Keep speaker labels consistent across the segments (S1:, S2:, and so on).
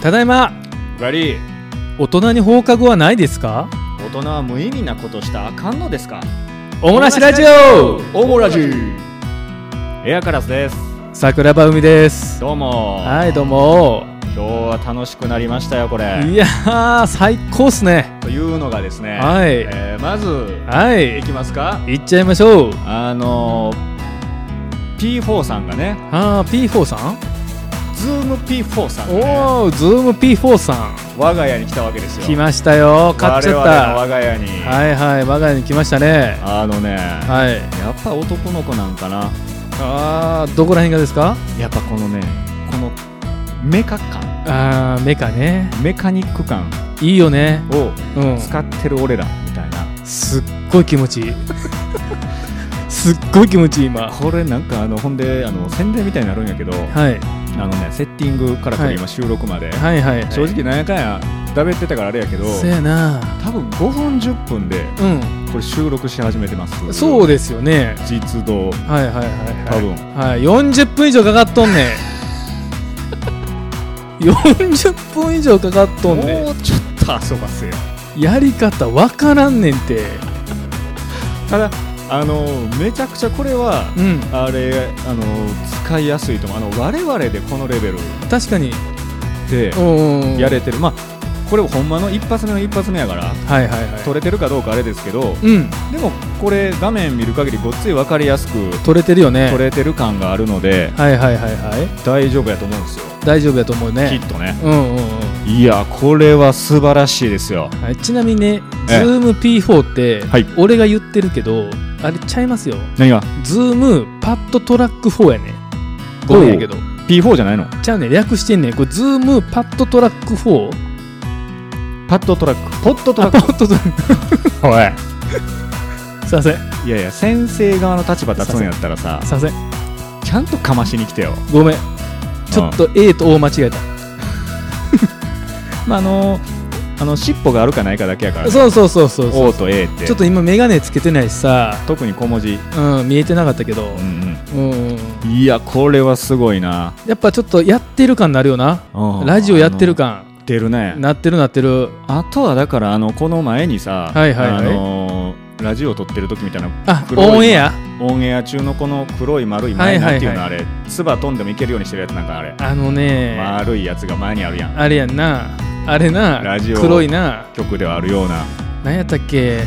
S1: ただいま
S2: ガリー
S1: 大人に放課後はないですか
S2: 大人は無意味なことしたらあかんのですか
S1: おもなしラジオ
S2: オモラジエアカラスです
S1: 桜庭海です
S2: どうも
S1: はいどうも
S2: 今日は楽しくなりましたよこれ
S1: いやー最高っすね
S2: というのがですね、
S1: はい
S2: えーまず
S1: はいい
S2: きますか
S1: 行っちゃいましょう
S2: あのー P4 さんがね
S1: あー P4 さん
S2: ズーム P4 さんが、ね、
S1: おおズーム P4 さん
S2: 我が家に来たわけですよ
S1: 来ましたよ買っちゃっ
S2: 我々の我
S1: た
S2: が家に、
S1: はいはい我が家に来ましたね
S2: あのね、
S1: はい
S2: やっぱ男の子なんかな
S1: あーどこら辺がですか
S2: やっぱこのねこのメカ感
S1: あーメカね
S2: メカニック感
S1: いいよね
S2: を
S1: うん
S2: 使ってる俺らみたいな、
S1: すっごい気持ちいいすっごい気持ちいい今
S2: これなんかあのほんであの宣伝みたいになるんやけどあ
S1: はい
S2: のねセッティングからこ
S1: は
S2: れ
S1: い
S2: 今収録まで、
S1: はいはい
S2: 正直なんやかんやだべってたからあれやけど
S1: せやな
S2: 多分5分10分で
S1: う
S2: これ収録し始めてます
S1: んそう
S2: で
S1: ですよね
S2: 実
S1: はい
S2: 動
S1: はいはい
S2: 多
S1: はい
S2: 分、
S1: はい、40分以上かかっとん ねん40分以上かかっとんね
S2: もうちょっと遊ばせよ
S1: んやり方わからんねんて
S2: ただあのめちゃくちゃこれは
S1: うん
S2: あれあの使いやすいと思うあの我々でこのレベル
S1: 確かに
S2: で
S1: うん
S2: やれてる、まあこれほんまの一発目の一発目やから
S1: はいはいはい
S2: 取れてるかどうかあれですけ
S1: う
S2: ど
S1: ん
S2: でもこれ画面見る限りごっつい分かりやすく
S1: 取れてるよね
S2: 取れてる感があるので
S1: はいはいはいは
S2: 大丈夫やと思うんですよ
S1: い大丈夫やと思う
S2: き
S1: ね
S2: っとね
S1: うんうんうん
S2: いやこれは素晴らしいですよ
S1: はいちなみにね、
S2: ええ
S1: ZoomP4 って、
S2: はい
S1: 俺が言ってるけど、あれちゃいますよ、
S2: 何が
S1: Zoom パッドトラック4やね。ごめんやけど。
S2: P4 じゃないの
S1: じゃあね、略してんねん。これ、Zoom パッドトラック 4?
S2: パッドトラックポッドト
S1: あ、
S2: ラ
S1: パ
S2: ッ
S1: ッドトラッ
S2: クおい
S1: ク。すいません。
S2: いやいや先生側の立場立つんやったらさ
S1: すいません。
S2: ちゃんとかましに来てよ
S1: ごめん。ちょっと A と O 間違えた。
S2: まああのあの尻尾があるかないかだけやから、ね、
S1: そうそうそうそうそう。
S2: O と A って
S1: ちょっと今、メガネつけてないしさ、
S2: 特に小文字
S1: うん、見えてなかったけど
S2: う、ん
S1: うん、うん。
S2: うんいやこれはすごいな、
S1: やっぱちょっとやってる感なるよな。
S2: うん
S1: ラジオやってる感。
S2: 出るね
S1: なってるなってる。
S2: あとはだからあのこの前にさ、
S1: はいはいはい
S2: あのーラジオ撮ってる時みたいな
S1: あ、
S2: 黒い
S1: オンエア
S2: オンエア中のこの黒い丸い前
S1: はいはいは
S2: な
S1: い
S2: んていうのあれ唾飛んでもいけるようにしてるやつなんかあれ
S1: あのね、
S2: 丸いやつが前にあるやん
S1: あれやんな、あれな
S2: ラ、ジオ
S1: 黒いな、
S2: 曲ではあるような
S1: なんやったっ け、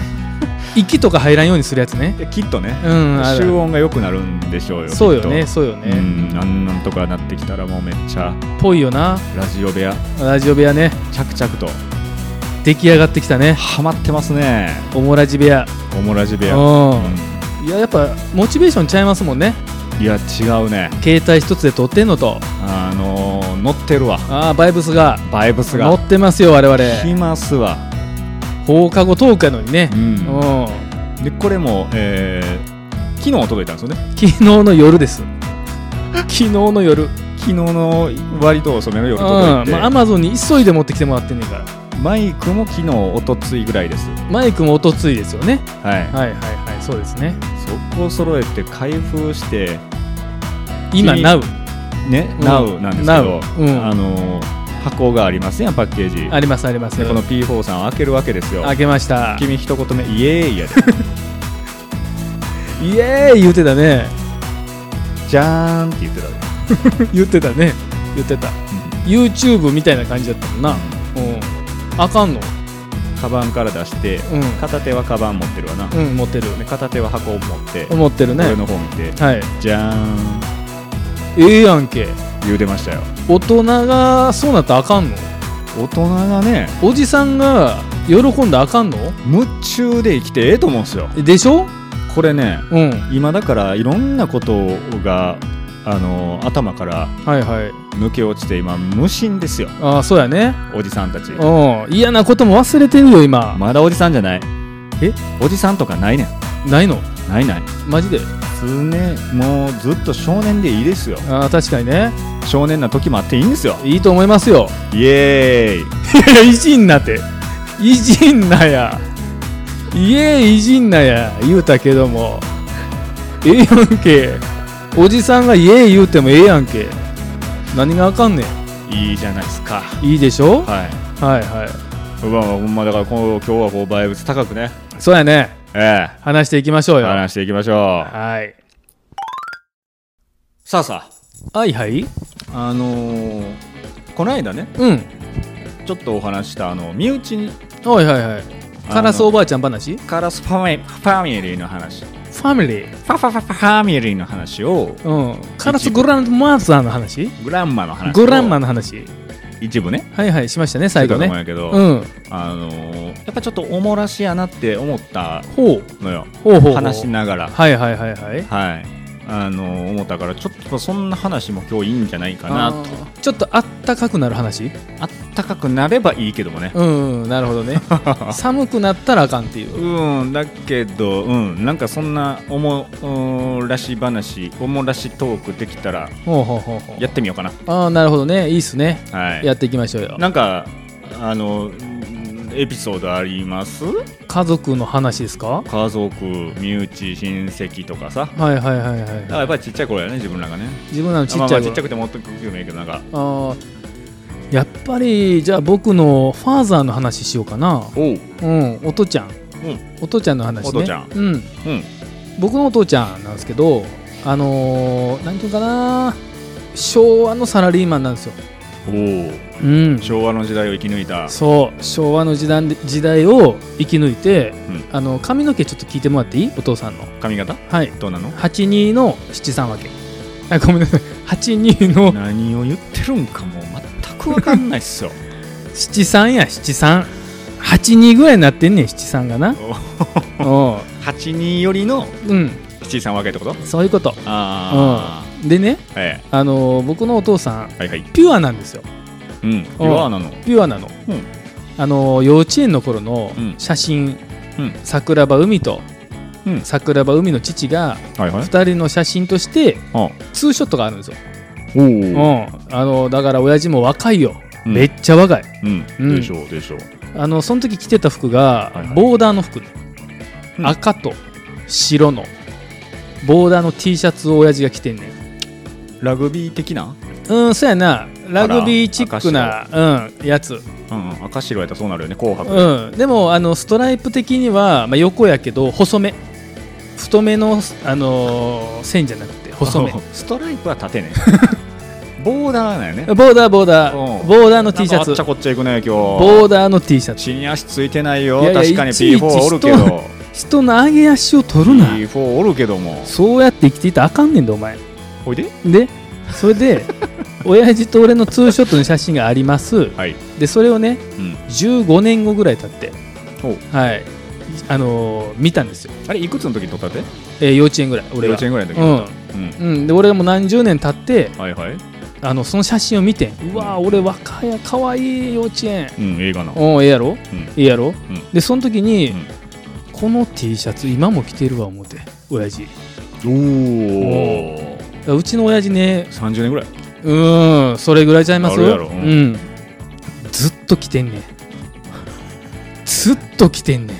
S1: 息とか入らんようにするやつね。
S2: できっとね
S1: うん、あ
S2: 集
S1: る。
S2: 音が良くなるんでしょうよ
S1: そうよ
S2: き
S1: ね、
S2: っ
S1: そうよ
S2: とう
S1: ね。
S2: んあんなんとかなってきたらもうめっちゃ
S1: ぽいよな、
S2: ラジオ部屋
S1: ラジオ部屋ね、
S2: 着々と
S1: 出来上がってきたね、
S2: ハマってますね
S1: おもラジ部屋。
S2: オモラジ部
S1: う
S2: 屋、
S1: ん。
S2: う
S1: いや、やっぱ、モチベーションちゃいますもんね。
S2: ん、いや違うね
S1: 携帯一つで撮ってんのと、
S2: あのー、乗ってるわ
S1: ああ、バイブスが、
S2: バイブス
S1: 乗
S2: が
S1: ってますよ、我
S2: き
S1: 々。
S2: ますわ、
S1: 放課後トークやのにね
S2: う。ん
S1: うん。
S2: でこれも、えー、昨日届いたんですよね
S1: 昨日の夜 です。昨日の夜。うん。
S2: 昨日の割と遅めの夜
S1: ま
S2: 届
S1: あ
S2: いて、、
S1: アマゾンに急いで持ってきてもらってんねんから。
S2: マイクも昨日おとついぐらいです
S1: マイクもおとついですよね。
S2: はい、
S1: はいはいはい、そうですね。
S2: そこを揃えて開封して
S1: 今、
S2: 君
S1: Now
S2: ね、
S1: うん
S2: Now なんですけど、
S1: Now うん
S2: あのー箱がありますやんパッケージ
S1: ありますあります。
S2: でこの P4 さんを開けるわけですよ
S1: 開けました。
S2: 君一言目「イエーイ」 やで
S1: イエーイ言ってたね。
S2: じゃーんって言ってたで、
S1: 言ってたね。言ってた。YouTube みたいな感じだったもんな。うん。あかんの
S2: カバンから出して
S1: う
S2: 片手はカバン持ってるわな、
S1: ん。うん、持ってる。
S2: で片手は箱を持って、
S1: 持ってるね。
S2: 俺の方見て
S1: はい。
S2: じゃーん
S1: ええやんけ。
S2: 言うてましたよ
S1: 大人がそうなったらあかんの
S2: 大人がね
S1: おじさんが喜んだらあかんの
S2: 夢中で生きてええと思うんですよ
S1: でしょ
S2: これね
S1: うん。
S2: 今だからいろんなことがあの頭から
S1: はいはい。
S2: 抜け落ちて今無心ですよ
S1: ああ、そうやね。
S2: おじさんたち
S1: うん。嫌なことも忘れてるよ、今。
S2: まだおじさんじゃない
S1: え
S2: おじさんとかないねん
S1: ないの
S2: ないない
S1: マジで。
S2: 常もうずっと少年でいいですよ
S1: ああ、確かにね。
S2: 少年な時もあっていいんですよ
S1: いいと思いますよ。
S2: イエーイ
S1: いや、いじんなって。いじんなや。いえ、いじんなや。言うたけども。ええやんけ。おじさんがいえ言うてもええやんけ。何があかんねん。
S2: いいじゃないですか
S1: いいでしょ、
S2: はい
S1: はい、はい
S2: まあほんまだからこう今日はこうバイブス高くね
S1: そうやね
S2: え
S1: 話していきましょう
S2: え
S1: よはい
S2: 話していきましょう
S1: はい
S2: さあさ
S1: はい
S2: ああのーこの間ね
S1: うん
S2: ちょっとお話ししたあの身内に
S1: はいはいはいカラスおばあちゃん話フ
S2: カラスファミファミリーの話フ
S1: ァミリー
S2: ァファファファミリーの話を
S1: うんカラスグランドマザーの話
S2: グランマの話を
S1: グランマの話
S2: 一部ね
S1: はいはいしましたね最後
S2: してたと思うん
S1: ね
S2: やけ
S1: うん
S2: ど、あのーやっぱちょっとおもらしやなって思った
S1: ほう
S2: のよ
S1: ほうほうほう
S2: 話しながら
S1: はいはいはいはい
S2: はいあのー思ったからちょっとそんな話も今日いいんじゃないか
S1: あ
S2: な
S1: ーちょっとあったかくなる話
S2: あったかくなればいいけどもね
S1: うんうんなるほど ね寒くなったらあかんっていう
S2: うんだけどうんなんかそんなおもうんらし話おもらしトークできたら
S1: ほうほうほうほう
S2: やってみようかな
S1: ああなるほどねいいっすね
S2: はい
S1: やっていきましょうよ
S2: なんかあのうんエピソードあります
S1: 家族の話ですかは
S2: 家族身内親戚とかさ
S1: いはいはい
S2: だから
S1: は
S2: やっぱりちっちゃい頃やね自分らがね
S1: い自分らのち
S2: ま
S1: っ
S2: あ
S1: ち
S2: ま
S1: ゃ
S2: あ
S1: い
S2: ちっちゃ
S1: 頃
S2: くてもっとくてもいいけどなんか
S1: あーやっぱりじゃあ僕のファーザーの話しようかな
S2: おう
S1: うんお父ちゃん
S2: ん
S1: お父ちゃんの話ね
S2: お父ちゃん
S1: うん
S2: うん
S1: 僕のお父ちゃんなんですけどあのー、なんていうかな昭和のサラリーマンなんですよ
S2: おう
S1: うん
S2: 昭和の時代を生き抜いた
S1: そう昭和の時代時代を生き抜いて、
S2: う
S1: あの髪の毛ちょっと聞いてもらっていいお父さんの
S2: 髪型
S1: はい
S2: どうなの
S1: 82の73分けあごめんなさい82の
S2: 何を言ってるんかもう全く分かんないっ すよ
S1: 73や7382ぐらいになってんねん73がなお
S2: 82よりの
S1: ううん
S2: 七三分けってこと
S1: そういうこと
S2: ああ、
S1: でね
S2: え
S1: あのー僕のお父さん
S2: えはいはい
S1: ピュアなんですよ
S2: うん岩なの
S1: ピュアなの、
S2: うん
S1: あの幼稚園の頃の
S2: うん
S1: 写真、
S2: うん
S1: 桜庭海と、
S2: うん
S1: 桜庭海の父が
S2: はいはい
S1: 2人の写真として
S2: あお
S1: ツーショットがあるんですよ、うん
S2: お
S1: あのだから親父も若いよ、
S2: うん
S1: めっちゃ若い
S2: うんでしょうでしょう
S1: あのその時着てた服が
S2: はいはい
S1: ボーダーの服、
S2: うん
S1: 赤と白のボーダーの T シャツを親父が着てんねん
S2: ラグビー的な
S1: うんそうやなラグビーチックな、うん、やつ
S2: うんうん赤白やったらそうなるよね紅白
S1: うん、でもあのストライプ的には、まあ、横やけど細め太めの、あのー線じゃなくて細め
S2: ストライプは縦ね ボーダーなんやね
S1: ボーダーボーダ
S2: う
S1: ー
S2: ん
S1: ボーダーの T シャ
S2: なんかあ
S1: ツ
S2: っちゃこっちゃいくね今
S1: ボーダーの T シャ
S2: 日
S1: ツ
S2: 血に足ついてないよ
S1: いやいや
S2: 確かに
S1: いちいち
S2: P4 おるけ
S1: ス
S2: ど
S1: 人の上げ足を取るな
S2: P4 おるけども
S1: そうやって生きていたらあかんねんでお前
S2: おいで
S1: でそれ で親父と俺のツーショットの写真があります
S2: はい
S1: でそれをね
S2: うん
S1: 15年後ぐらい経って
S2: おう
S1: はいあのー見たんですよ、
S2: あれいくつの時に撮ったって
S1: えー幼稚園ぐらい俺
S2: 幼
S1: が
S2: 稚園ぐらいの時
S1: う
S2: に
S1: ん
S2: う
S1: う
S2: ん
S1: ん、で俺も何十年経って
S2: はいはい
S1: あのその写真を見てうわー俺若や可愛い幼稚園
S2: うん映画な
S1: おんええやろ、ええやろ、でその時に、
S2: うん
S1: この T シャツ今も着てるわ思って親父だか
S2: おお
S1: らうちの親父ね
S2: 30年ぐらいう
S1: ーんそれぐらいちゃいます
S2: あるや
S1: う
S2: ろうんん
S1: ずっと着てんねんずっと着てんねん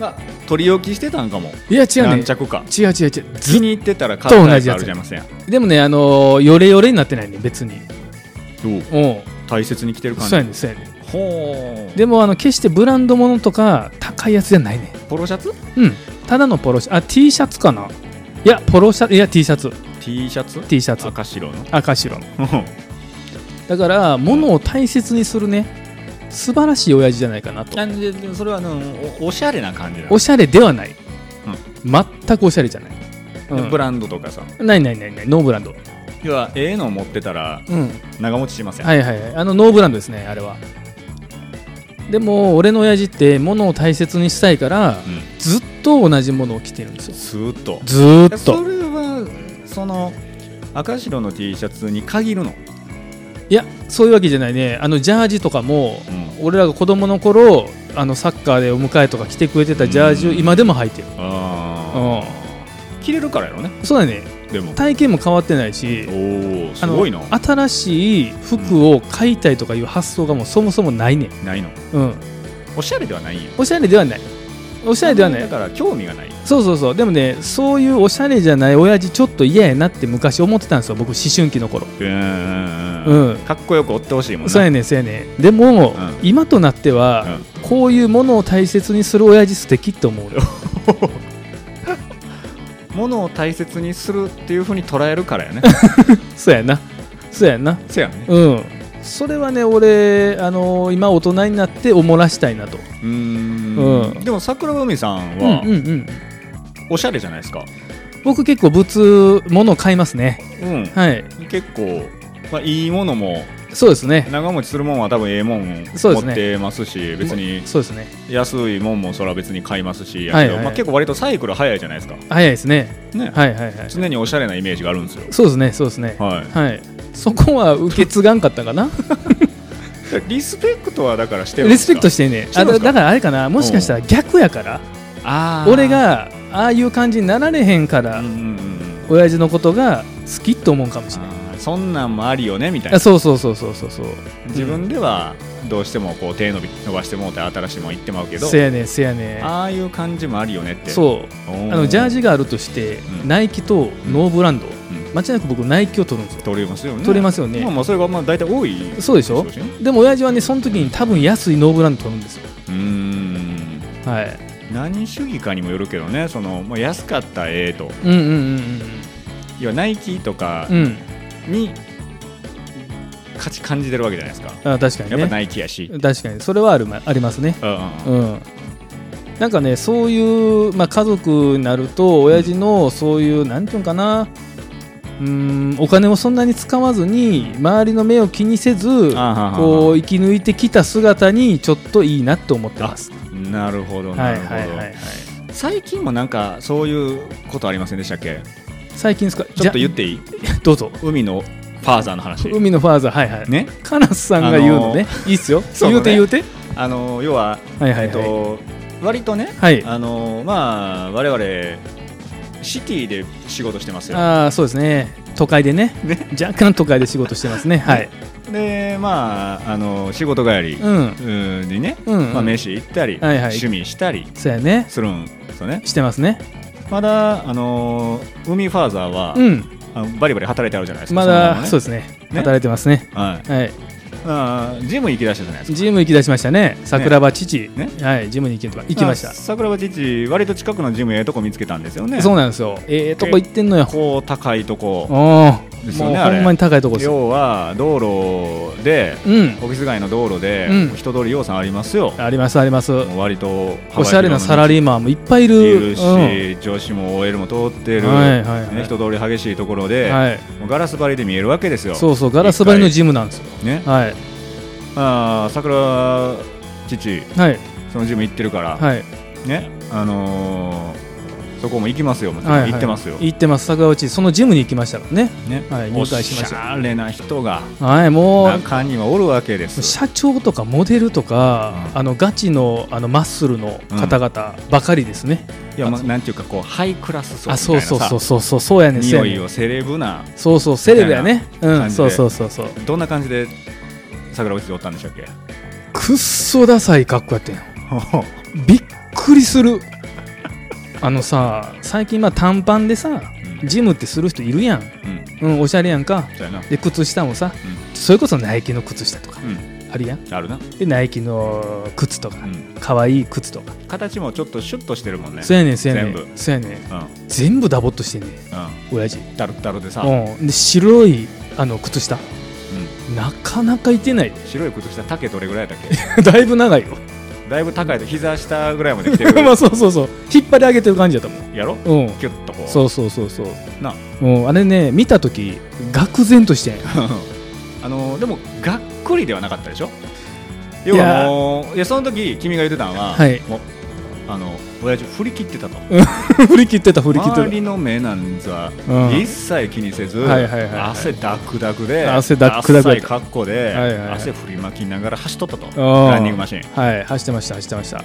S2: まあ取り置きしてたんかも
S1: いや違うねん
S2: 何
S1: 違
S2: 着か
S1: う違う違うず
S2: 気
S1: っ
S2: に入ってたら買ったやつあ
S1: ずっと同じ
S2: るじ
S1: や
S2: ゃいませんお
S1: でもねあのーヨレヨレになってないねん別に
S2: う
S1: うん
S2: 大切に着てる感
S1: そうや
S2: じ
S1: ねんそうやねん
S2: ほう
S1: でもあの決してブランド物とか高いやつじゃないね
S2: ポロシャツ
S1: うんただのポロシャあ T シャツかないやポロシャツいや T シャツ
S2: T シャツ
S1: T シャツ
S2: 赤白の
S1: 赤白のだから物を大切にするね素晴らしい親父じゃないかなと
S2: なんででそれはあのおおしゃれな感じだ
S1: おしゃれではない、全くおしゃれじゃない、うん
S2: ブランドとかさ
S1: ないないないないノーブランド
S2: 要はええの持ってたら
S1: うん
S2: 長持ちしません
S1: はいはいはいあのノーブランドですねあれはでも俺の親父って物を大切にしたいから
S2: うん
S1: ずっと同じものを着てるんですよ
S2: スーッと
S1: ずーっと
S2: それはその赤白の T シャツに限るの
S1: いやそういうわけじゃないねあのジャージとかも、
S2: う
S1: 俺らが子供の頃あのサッカーでお迎えとか着てくれてたジャージを
S2: うん
S1: 今でも履いてる、
S2: ああ着れるからやろね
S1: そうだね
S2: でも
S1: 体型も変わってないし
S2: おおす
S1: あの
S2: ごいな
S1: 新しい服を買いたいとかいう発想がもうそもそもないねん、
S2: ないの
S1: うん、
S2: おしゃれではないんよ
S1: おしゃれではないおしゃれではな
S2: だ
S1: い
S2: から興味がない
S1: そうそうそうでもねそういうおしゃれじゃない親父ちょっと嫌やなって昔思ってたんですよ僕思春期の頃
S2: うんうん
S1: うん、
S2: かっこよく追ってほしいもん
S1: そうや
S2: ね
S1: ねんそうやねんでも、
S2: うん
S1: 今となっては、こういうものを大切にする親父素敵って思うよ
S2: ものを大切にするっていうふうに捉えるか らやね
S1: そうやなそうやな
S2: せやね
S1: うんそれはね俺、あのー今大人になっておもらしたいなと
S2: うー
S1: うん
S2: んでも桜海さん
S1: うんうんう
S2: は
S1: ん
S2: おしゃれじゃないですか
S1: 僕結構物物を買いますね
S2: うん
S1: はい
S2: 結構まあいいものも
S1: そうですね
S2: 長持ちするもんは多分ええもん
S1: そうで
S2: 持
S1: すね
S2: ってますし別に
S1: そうですね
S2: 安いもんもそれは別に買いますしや
S1: はい
S2: け
S1: は
S2: ど
S1: いはい
S2: まあ結構割とサイクル早いじゃないですか
S1: 早いですね
S2: ね
S1: はいはいはい
S2: 常におしゃれなイメージがあるんですよ
S1: そうですねそうですね
S2: は
S1: はいそこは受け継がんかったかな
S2: いリスペクトはだからしてるんで
S1: リ
S2: す
S1: ス
S2: か
S1: ペクトしてんね
S2: して
S1: あ
S2: る
S1: だ
S2: んですか
S1: だからあれかなもしかしたら逆やから
S2: あー
S1: 俺がああいう感じになられへんから、
S2: うんうんうん
S1: 親父のことが好きって思うかもしれない
S2: あーそんなんもありよねみたい
S1: あ
S2: な
S1: そうそうそうそうそうそう
S2: 自分ではどうしてもこう手伸び伸ばしてもうて新しいもん行ってまうけど
S1: せやねんせやねん
S2: ああいう感じもあるよねってう
S1: そう
S2: あ
S1: あのジャージがあるとして、
S2: うん
S1: ナイキとノーブランド、
S2: ん
S1: 間違いなく僕ナイキを取るんですよ
S2: 取れますよね
S1: 取れますよね
S2: まあまあそれがまあ大体多い
S1: そうでしょ
S2: うしね
S1: でも親父はねその時に多分安いノーブランド取るんですよ
S2: うーん
S1: はい
S2: 何主義かにもよるけどねその、まあ、安かったらええと
S1: うんうん
S2: 要はナイキとか
S1: うんうんうん
S2: に価値感じてるわけじゃないですか
S1: あ確かに
S2: やっぱ
S1: ね
S2: ナイキやし、
S1: 確かにそれはあるまありますね
S2: うんうんうん
S1: うんなんかねそういう、まあ、家族になると親父のそういうなんていうんかなうーんお金をそんなに使わずに周りの目を気にせず
S2: あははは
S1: こう生き抜いてきた姿にちょっといいなって思ってます。
S2: なるほど
S1: は
S2: ないるほど、
S1: はいはいはい。
S2: 最近もなんかそういうことありませんでしたっけ
S1: 最近ですか。
S2: ちょっと
S1: じゃ
S2: 言っていい
S1: どうぞ。
S2: 海のファーザーの話
S1: 海のファーザーはいはい。
S2: ね
S1: カナスさんが言うのね。いいっすよ。
S2: そう
S1: 言
S2: だ
S1: うて
S2: ね
S1: 言うて。
S2: あの要は、
S1: はいはい
S2: え
S1: はい。
S2: っと、割とね、
S1: はい。
S2: あのまあ我々シティで仕事してますよ
S1: ああそうですね。都会でね
S2: ね。
S1: 若干都会で仕事してますね。はい。
S2: でまああの仕事帰り、
S1: うん。
S2: うんでね、
S1: うんうん
S2: まあ、飯行ったり、
S1: はいはい
S2: 趣味したり
S1: そうやね。
S2: するんですよね
S1: してますね。
S2: まだ、あのー海ファーザーは、
S1: うん。
S2: あのバリバリ働いてあるじゃないですか
S1: まだそうですね。
S2: ね
S1: 働いてますね。
S2: そのままね
S1: はい。
S2: はい、あージム行きだしたじゃないですか
S1: ジム行き出しましたね。桜庭父
S2: ね。
S1: はい。ジムに行き行きまし
S2: あ
S1: た。
S2: 桜庭父割と近くのジムええとこ見つけたんですよね
S1: そううなんですよ。ええとこ行ってんのよ。
S2: こう高いと
S1: お
S2: こ
S1: お
S2: で
S1: ー。
S2: す
S1: も
S2: よ
S1: う
S2: ねあれ
S1: ほんまに高いとこですよ。
S2: 要は道路で
S1: うん。
S2: オフィス街の道路で、
S1: うん
S2: 人通り要素ありますよ
S1: ありますあります。
S2: もう割と
S1: おしゃれなサラ
S2: ー
S1: リーマンもいっぱいい
S2: い
S1: る。
S2: るし、
S1: うん
S2: 上司も OL も通ってる、
S1: はいはいはい
S2: ね、人通り激しいところで、
S1: はい。
S2: もうガラス張りで見えるわけですよ。
S1: そうそうガラス張りのジムなんですよ。
S2: ね、
S1: はい
S2: ああ桜父
S1: はい
S2: そのジム行ってるから、
S1: はい。
S2: ねあのーそこも行きますよもちろん、
S1: はいはい
S2: 行ってますよ、
S1: 行ってます桜内そのジムに行きましたからね。
S2: ね
S1: はい
S2: お
S1: 入会しまし
S2: したゃれな人が
S1: はいもう。
S2: 中にはおるわけです。
S1: 社長とかモデルとか、
S2: うん
S1: あのガチのあのマッスルの方々ばかりですね、
S2: いやまあなんていうかこうハイクラス層
S1: あ
S2: みたい
S1: そう
S2: な
S1: そう
S2: さ
S1: そうそうそうそうやねんそうや
S2: 匂
S1: ね
S2: い
S1: ん
S2: をセレブな
S1: そうそうセレブやねう
S2: 感
S1: ん
S2: じ
S1: そ
S2: で
S1: うそうそうそう
S2: どんな感じで桜落ちておったんでしたっけ
S1: くっそダサい格好やったんよびっくりするあのさ最近まあ短パンでさ
S2: うん
S1: ジムってする人いるやん、
S2: うん
S1: うん、おしゃれやんか
S2: そうやな
S1: で靴下もさ、
S2: う
S1: それこそナイキの靴下とか
S2: うん
S1: あるやん
S2: あるな、
S1: でナイキの靴とか
S2: うん
S1: 可愛い靴とか
S2: 形もちょっとシュッとしてるもんね
S1: そうやねんそうやね
S2: 全部
S1: んそうやねん
S2: うんうん
S1: 全部ダボっとしてんねん親父
S2: ダルッダルでさ、
S1: うんで白いあの靴下
S2: う
S1: なかなかい てない
S2: ん白い靴下丈どれぐらいだったっ
S1: だいぶ長いよ
S2: けだいぶ高いと膝下ぐらいまで来てる
S1: まあそうそうそう引っ張り上げてる感じやったもん
S2: やろ
S1: うん
S2: キュッとこう
S1: そうそうそうそう
S2: な
S1: うんあれね見た時愕然としてん
S2: あのーでもがっくりではなかったでしょ
S1: や
S2: 要はもういやその時君が言ってたのは、
S1: はい
S2: もうあの親父振り切ってたと
S1: 振り切ってた振り切
S2: 周
S1: って
S2: りの目なんざ
S1: うん
S2: 一切気にせず、
S1: はいはいはいはい
S2: 汗ダクダクで
S1: 汗ダクダクやっ
S2: ダッサい
S1: た
S2: 格好で、
S1: はいはいはい
S2: 汗振りまきながら走っとったと
S1: あー
S2: ランニングマシン
S1: たはい走ってました走ってました
S2: ね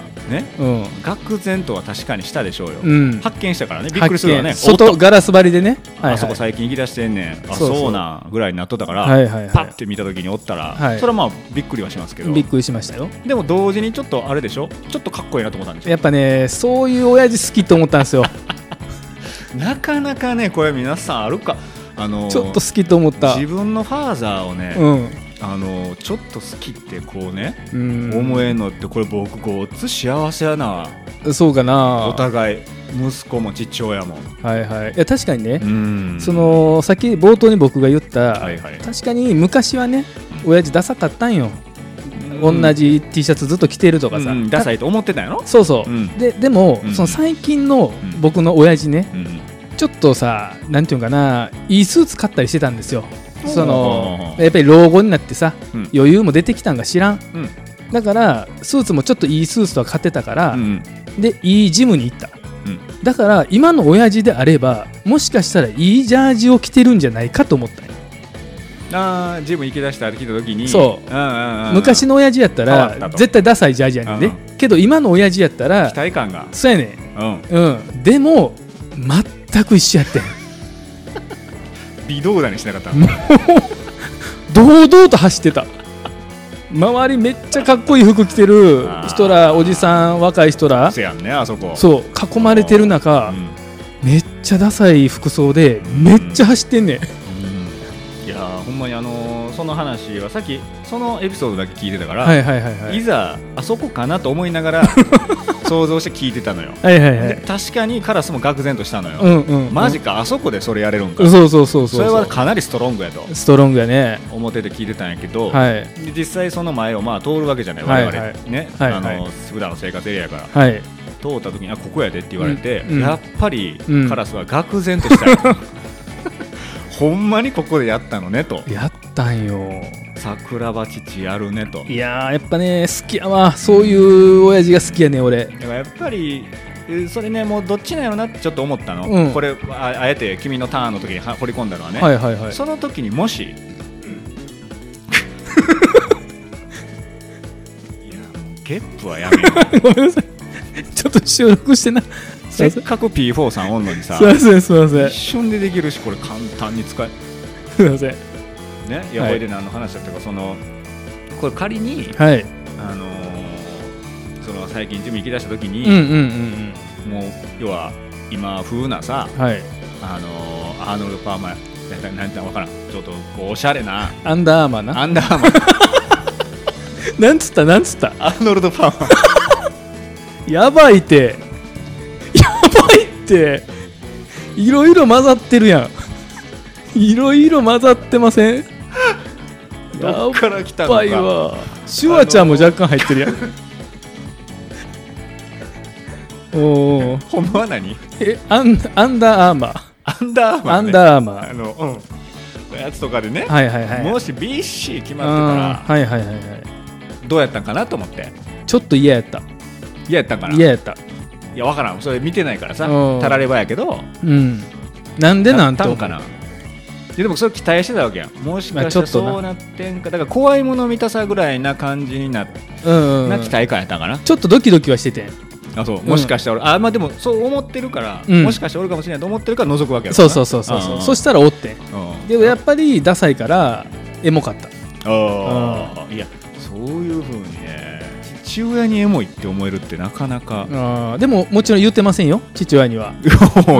S1: うん
S2: 愕然とは確かにしたでしょうよ、
S1: うん
S2: 発見したからねびっくりするわね
S1: 発見
S2: おっ
S1: 外
S2: と
S1: ガラス張りでねはい
S2: あそこ
S1: はい
S2: 最近行き出してんねんあ
S1: そう
S2: そう
S1: そう
S2: なんぐらいになっとったから、
S1: はいはい
S2: パッ
S1: は
S2: て見た時におったら、
S1: はい
S2: それはまあびっくりはしますけど
S1: いびっくりしましたよ
S2: でも同時にちょっとあれでしょちょっとかっこいいなと思ったんでしょ
S1: やっぱねそういう親父好きと思ったんですよ
S2: なかなかねこれ皆さんあるかあの
S1: ちょっと好きと思った
S2: 自分のファーザーをね、
S1: うん、
S2: あのちょっと好きってこうね、
S1: うん、
S2: 思えんのってこれ僕ごっつ幸せやな
S1: そうかな
S2: お互い息子も父親も
S1: はいはいいや確かにね、
S2: うん
S1: そのさっき冒頭に僕が言った、
S2: はいはい
S1: 確かに昔はね親父ダサかったんよ、
S2: うん
S1: 同じ T シャツずっと着てるとかさ、
S2: うんダサいと思ってたんやろ、
S1: そうそう、
S2: うん
S1: ででも、
S2: うん
S1: その最近の
S2: うん
S1: 僕の親父ね
S2: うん
S1: ちょっとさなんていうんかないいスーツ買ったりしてたんですよ
S2: ほう
S1: その
S2: ほう
S1: やっぱり老後になってさ
S2: うん
S1: 余裕も出てきたんか知らん
S2: うん
S1: だからスーツもちょっといいスーツとは買ってたから、
S2: うん
S1: でいいジムに行った、
S2: うん
S1: だから今の親父であればもしかしたらいいジャージを着てるんじゃないかと思ったんよ
S2: あージム行きだして歩きた時に
S1: そう
S2: うんうんうん、
S1: 昔の親父やった
S2: 変わった
S1: ら
S2: と
S1: 絶対ダサいジャージやねんねけど今の親父やったら
S2: 期待感が、
S1: そうやね
S2: うん、
S1: んうんでも全く一緒やってん
S2: 微動だにしなかった
S1: 堂々と走ってた周りめっちゃかっこいい服着てる人らおじさん若い人ら
S2: せやんねあそこ
S1: そう囲まれてる中、
S2: うん
S1: めっちゃダサい服装でめっちゃ走ってんねん、
S2: うんいやーほんまにあのーその話はさっきそのエピソードだけ聞いてたから、
S1: はいはいはいはい
S2: いざあそこかなと思いながら 想像して聞いてたのよ
S1: はいはいは
S2: で
S1: い
S2: 確かにカラスも愕然としたのよ、
S1: うんうん
S2: マジかあそこでそれやれるんか、
S1: そうそうそうそう
S2: それはかなりストロングやと
S1: ストロングやね
S2: 表で聞いてたんやけど、
S1: はい
S2: で実際その前をまあ通るわけじゃない
S1: はい
S2: 我々、ね、
S1: はい
S2: あの
S1: は
S2: 普段の生活エリアから
S1: はい
S2: 通った時にあここやでって言われて、
S1: うんうん
S2: やっぱり
S1: うん
S2: カラスは愕然としたよ、 ほんまにここでやったのねと
S1: やったんよ
S2: 桜庭父やるねと
S1: いやーやっぱね好きやわそういう親父が好きやね俺
S2: だからやっぱりえーそれねもうどっちなんやろなってちょっと思ったの、
S1: うん
S2: これああえて君のターンの時には掘り込んだのはね、
S1: はいはいはい
S2: その時にもし、いやもうゲップはや めよう
S1: ごめんなさいちょっと収録してなすい
S2: せ
S1: ま
S2: っ
S1: せん
S2: かく P4 さんおんのにさ
S1: すいませんすいません
S2: 一瞬でできるしこれ簡単に使え
S1: すいません
S2: ねいや
S1: はい
S2: これで何の話だったかそのこれ仮に、
S1: はい
S2: あのーその最近ジム行き出した時
S1: うんうん
S2: に、
S1: うん
S2: もう要は今風なさ、
S1: うんはい
S2: あのーアーノルド・パーマーなんて分からんちょっとこうおしゃれな
S1: アンダーアーマーな
S2: アンダーマン
S1: なんつったなんつった
S2: アーノルド・パーマー
S1: やばいってやばいっていろいろ混ざってるやんいろいろ混ざってませ ん
S2: どっから来た
S1: や
S2: の
S1: ばい
S2: か
S1: わシュワちゃんも若干入ってるや んおー
S2: ほんまは何
S1: えアンアンダーアーマー
S2: アンダーマン、ね、
S1: アンダーアーマ
S2: あ
S1: ー
S2: のうんやつとかでね、
S1: はいはいはい
S2: もし BC 決ま
S1: あ
S2: っ
S1: ー
S2: て
S1: はいはいはいはい
S2: たらどうやったんかなと思って
S1: ちょっと嫌やった
S2: 嫌やったんかな
S1: 嫌やった
S2: いや分からんそれ見てないからさ
S1: うん
S2: たらればやけど
S1: うんなんでなん
S2: た
S1: と
S2: んかないやでもそれ期待してたわけやんもしかした
S1: まあ
S2: ら
S1: ちょっとな
S2: そうなってんかだから怖いもの見たさぐらいな感じにな,、
S1: うんう
S2: なん期待感やったんかな
S1: ちょっとドキドキはしててん
S2: あそうもしかして俺、あまあでもそう思ってるから、
S1: うん
S2: もしかしておるかもしれないと思ってるから覗くわけや
S1: そうそうそうそうそうそしてたらおってんでもや
S2: っ
S1: っぱりダサいからエモかった
S2: あーいやそういうふうにね父親にエモいって思えるってなかなか、
S1: あーでももちろん言ってませんよ父親には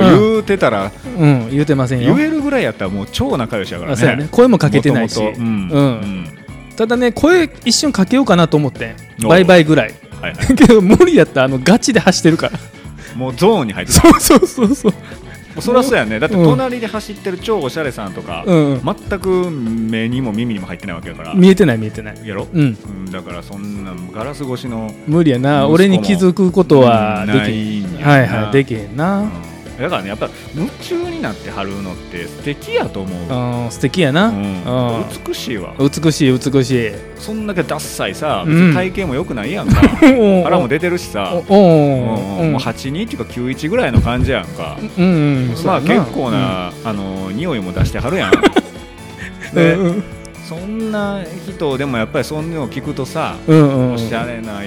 S2: 言うてたら、
S1: うん言ってませんよ
S2: 言えるぐらいやったらもう超仲良しやから
S1: あ
S2: ね
S1: そうやね声もかけてないし
S2: 元々うん、
S1: うんただね声一瞬かけようかなと思ってん
S2: おう
S1: バイバイぐらい
S2: うんはいはい
S1: けど無理やったあのガチで走ってるから
S2: もうゾーンに入ってた
S1: そうそうそうそう
S2: もうそりゃそうやねだって隣で走ってる超おしゃれさんとか、
S1: うん、うん、
S2: 全く目にも耳にも入ってないわけやから
S1: 見えてない見えてない
S2: やろ、
S1: うん
S2: うん、だからそんなガラス越しの
S1: 無理やな
S2: 息子も
S1: 俺に気づくことはでき
S2: ないんやな
S1: はいはいできへん
S2: う
S1: なん
S2: だからねやっぱ夢中になってはるのって素敵やと思う、
S1: うん素敵やな、
S2: う
S1: うんん、
S2: 美しいわ
S1: 美しい美しい
S2: そんだけダッサいさ
S1: うん
S2: 別に体型も良くないやん か、腹も
S1: 出
S2: 出てるしさ、
S1: お
S2: うん
S1: お
S2: もう82っていうか91ぐらいの感じやんか、
S1: うんうん、
S2: まあ
S1: そうや
S2: 結構な、あの匂いも出してはる やんで、
S1: うんうん
S2: そんな人でもやっぱりそんなの聞くとさ、
S1: うんうん
S2: おしゃれな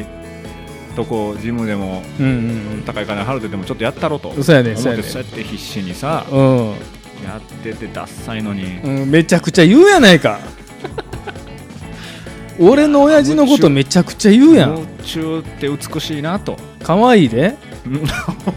S2: とこジムでも
S1: うんうん
S2: 高い金払うてでもちょっとやったろと
S1: うんそうやねん
S2: 思
S1: そう
S2: っ
S1: や
S2: て
S1: ね
S2: そうやって必死にさ、
S1: ん
S2: やっててダッサいのに、
S1: うん、うん、めちゃくちゃ言うやないか俺の親父のことめちゃくちゃ言うやん
S2: 夢中って美しいなと
S1: 可愛いで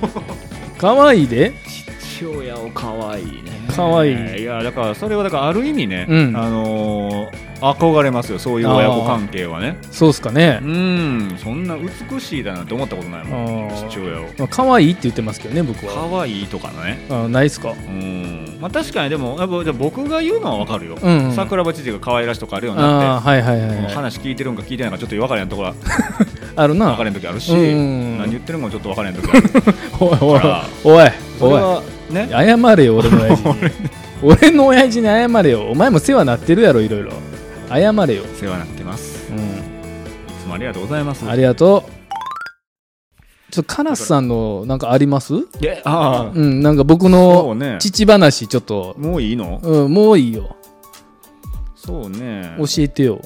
S1: 可愛いで
S2: 父親を可愛いね
S1: 可愛い
S2: いやだからそれはだからある意味ね、
S1: うん
S2: あのー憧れますよそういう親子関係はね
S1: そうっすかね
S2: う、んそんな美しいだなんて思ったことないもん
S1: あー
S2: 父親を
S1: まあ、可愛いって言ってますけどね僕は
S2: 可愛いとかね
S1: あないっすか
S2: うんまあ確かにでもやっぱじゃあ僕が言うのはわかるよ、
S1: うんうん
S2: 桜庭知事が可愛らしいとかあるように
S1: あ
S2: な
S1: あ
S2: って
S1: はいはいはい、
S2: うん話聞いてるんか聞いてないんかちょっと分からへんところは
S1: あるな
S2: 分からへん時あるし、
S1: うんうん
S2: 何言ってるんかもちょっと分からへん時ある
S1: おいおい
S2: ほら
S1: おい
S2: それ
S1: おい
S2: はね
S1: 謝れよ俺の親父に俺の親父に謝れよお前も世話なってるやろいろいろ謝れよ、
S2: 世話になってます
S1: うん、
S2: いつもありがとうございます
S1: ありがとうちょっとカラスさんのなんかありますう
S2: えああ
S1: んなんか僕
S2: そう
S1: の
S2: ね
S1: 父話ちょっと、
S2: もういいの
S1: うん、もういいよ
S2: そうね
S1: 教えてよ